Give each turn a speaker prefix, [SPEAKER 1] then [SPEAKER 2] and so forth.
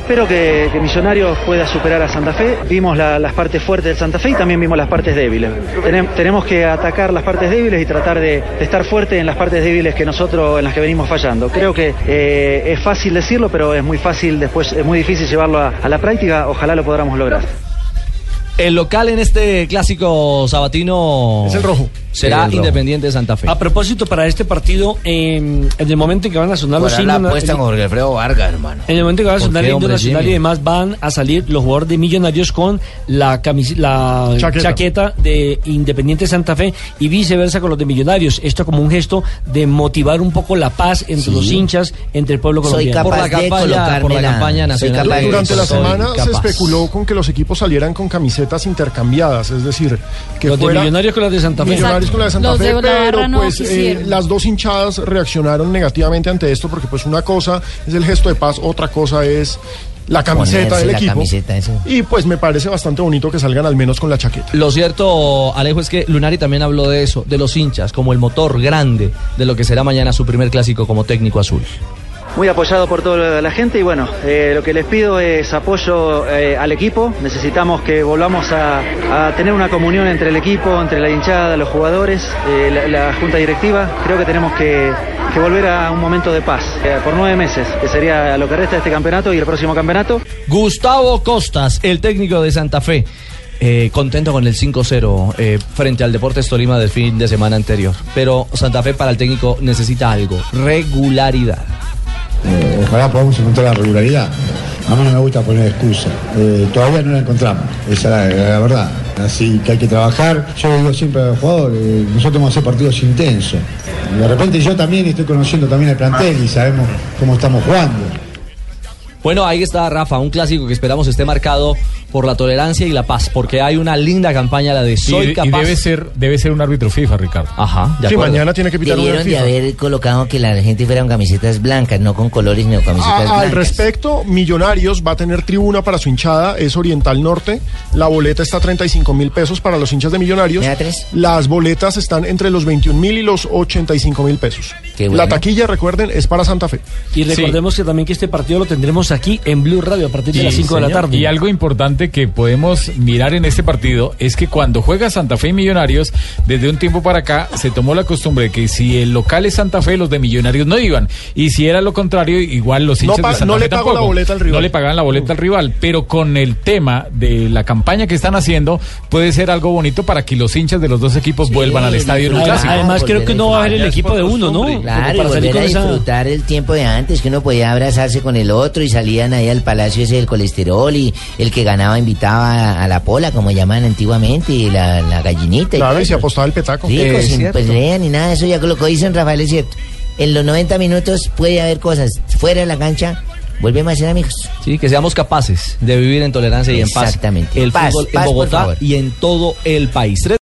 [SPEAKER 1] Espero que, que Millonarios pueda superar a Santa Fe. Vimos la- las partes fuertes del Santa Fe y también vimos las partes débiles. Tenem- tenemos que atacar las partes débiles y tratar de, de estar fuerte en las partes débiles que nosotros, en las que venimos fallando. Creo que eh, es fácil decirlo, pero es muy fácil después, es muy difícil llevarlo a- a la práctica. Ojalá lo podamos lograr.
[SPEAKER 2] El local en este clásico sabatino
[SPEAKER 3] Es el rojo.
[SPEAKER 2] será
[SPEAKER 4] El rojo.
[SPEAKER 2] Independiente de Santa Fe.
[SPEAKER 4] A propósito, para este partido, eh, en el momento en que van a sonar los
[SPEAKER 2] ¿Cuál es la
[SPEAKER 4] himnos, na-
[SPEAKER 2] apuesta
[SPEAKER 4] en-
[SPEAKER 2] con
[SPEAKER 4] en,
[SPEAKER 2] Jorge
[SPEAKER 4] Alfredo Vargas, hermano. el momento en que van a
[SPEAKER 2] ¿Por
[SPEAKER 4] sonar
[SPEAKER 2] qué,
[SPEAKER 4] el himno
[SPEAKER 2] hombre,
[SPEAKER 4] nacional
[SPEAKER 2] Jimmy?
[SPEAKER 4] y demás, van a salir los jugadores de Millonarios con la camis- la
[SPEAKER 3] Chaqueta.
[SPEAKER 4] chaqueta. de Independiente Santa Fe y viceversa con los de Millonarios. Esto como un gesto de motivar un poco la paz entre los hinchas, entre el pueblo
[SPEAKER 2] Soy
[SPEAKER 4] colombiano.
[SPEAKER 2] capaz Por la de campaña- colocármela. por la campaña Soy nacional capaz de- de-
[SPEAKER 3] Durante la
[SPEAKER 2] Soy
[SPEAKER 3] semana se
[SPEAKER 2] capaz.
[SPEAKER 3] especuló con que los equipos salieran con camisetas intercambiadas, es decir, que
[SPEAKER 4] los de
[SPEAKER 3] fuera
[SPEAKER 4] Millonarios con los de Santa Fe.
[SPEAKER 3] Millonarios con la de Santa
[SPEAKER 5] Los
[SPEAKER 3] Fe,
[SPEAKER 5] de la
[SPEAKER 3] pero
[SPEAKER 5] barra no
[SPEAKER 3] pues eh,
[SPEAKER 5] quisieron.
[SPEAKER 3] las dos hinchadas reaccionaron negativamente ante esto porque pues una cosa es el gesto de paz, otra cosa es la camiseta
[SPEAKER 5] Ponerse
[SPEAKER 3] del
[SPEAKER 5] la
[SPEAKER 3] equipo.
[SPEAKER 5] camiseta, eso.
[SPEAKER 3] Y pues me parece bastante bonito que salgan al menos con la chaqueta.
[SPEAKER 2] Lo cierto, Alejo, es que Lunari también habló de eso, de los hinchas, como el motor grande de lo que será mañana su primer clásico como técnico azul.
[SPEAKER 1] muy apoyado por toda la gente y bueno, eh, lo que les pido es apoyo eh, al equipo. Necesitamos que volvamos a, a tener una comunión entre el equipo, entre la hinchada, los jugadores, eh, la, la junta directiva. Creo que tenemos que, que volver a un momento de paz eh, por nueve meses, que sería lo que resta de este campeonato y el próximo campeonato.
[SPEAKER 2] Gustavo Costas, el técnico de Santa Fe, eh, contento con el 5-0 eh, frente al Deportes Tolima del fin de semana anterior. Pero Santa Fe para el técnico necesita algo, regularidad.
[SPEAKER 6] Eh, ojalá podamos encontrar la regularidad. A mí no me gusta poner excusas. Eh, todavía no la encontramos. Esa es la, la verdad. Así que hay que trabajar. Yo digo siempre a los jugadores, eh, nosotros vamos a hacer partidos intensos. De repente yo también estoy conociendo también el plantel y sabemos cómo estamos jugando.
[SPEAKER 2] Bueno, ahí está Rafa, un clásico que esperamos esté marcado por la tolerancia y la paz, porque hay una linda campaña la de Soy
[SPEAKER 7] y,
[SPEAKER 2] capaz.
[SPEAKER 7] debe ser debe ser un árbitro FIFA, Ricardo.
[SPEAKER 2] Ajá, de acuerdo.
[SPEAKER 8] Debieron de haber colocado que la gente fuera con camisetas blancas, no con colores, sino
[SPEAKER 3] A-
[SPEAKER 8] camisetas
[SPEAKER 3] Ah, al
[SPEAKER 8] blancas.
[SPEAKER 3] respecto, Millonarios va a tener tribuna para su hinchada, es Oriental Norte. La boleta está a 35 mil pesos para los hinchas de Millonarios. Las boletas están entre los 21 mil y los 85 mil pesos. La taquilla, recuerden, es para Santa Fe.
[SPEAKER 4] Y recordemos que también que este partido lo tendremos aquí en Blue Radio a partir de
[SPEAKER 7] Sí,
[SPEAKER 4] las 5 de la
[SPEAKER 7] señor.
[SPEAKER 4] tarde.
[SPEAKER 7] Y algo importante que podemos mirar en este partido es que cuando juega Santa Fe y Millonarios, desde un tiempo para acá se tomó la costumbre de que si el local es Santa Fe, los de Millonarios no iban. Y si era lo contrario, igual los
[SPEAKER 3] No
[SPEAKER 7] hinchas
[SPEAKER 3] pa-
[SPEAKER 7] de Santa
[SPEAKER 3] no
[SPEAKER 7] Fe
[SPEAKER 3] le pagó
[SPEAKER 7] tampoco.
[SPEAKER 3] la boleta al rival.
[SPEAKER 7] No le pagaban la boleta al rival. Pero con el tema de la campaña que están haciendo, puede ser algo bonito para que los hinchas de los dos equipos vuelvan al estadio en un
[SPEAKER 4] Además,
[SPEAKER 7] clásico.
[SPEAKER 4] además creo que uno va a ver el equipo de uno, ¿no?
[SPEAKER 8] Claro, y
[SPEAKER 4] Como para salir
[SPEAKER 8] volver a
[SPEAKER 4] con esa-
[SPEAKER 8] disfrutar el tiempo de antes, que uno podía abrazarse con el otro y salían ahí al palacio ese del colesterol y el que ganaba invitaba a la pola, como llaman antiguamente, y la, la gallinita.
[SPEAKER 3] Claro, y se
[SPEAKER 8] todo.
[SPEAKER 3] apostaba el petaco.
[SPEAKER 8] Sí,
[SPEAKER 3] Eh,
[SPEAKER 8] con-
[SPEAKER 3] es
[SPEAKER 8] sin pues,
[SPEAKER 3] cierto.
[SPEAKER 8] pelea ni nada de eso, ya lo que dicen Rafael es cierto. En los 90 minutos puede haber cosas fuera de la cancha, volvemos a ser amigos.
[SPEAKER 2] Sí, que seamos capaces de vivir en tolerancia y en paz.
[SPEAKER 8] Exactamente.
[SPEAKER 2] El
[SPEAKER 8] Paz,
[SPEAKER 2] fútbol
[SPEAKER 8] paz,
[SPEAKER 2] en
[SPEAKER 8] por
[SPEAKER 2] Bogotá
[SPEAKER 8] favor.
[SPEAKER 2] y en todo el país.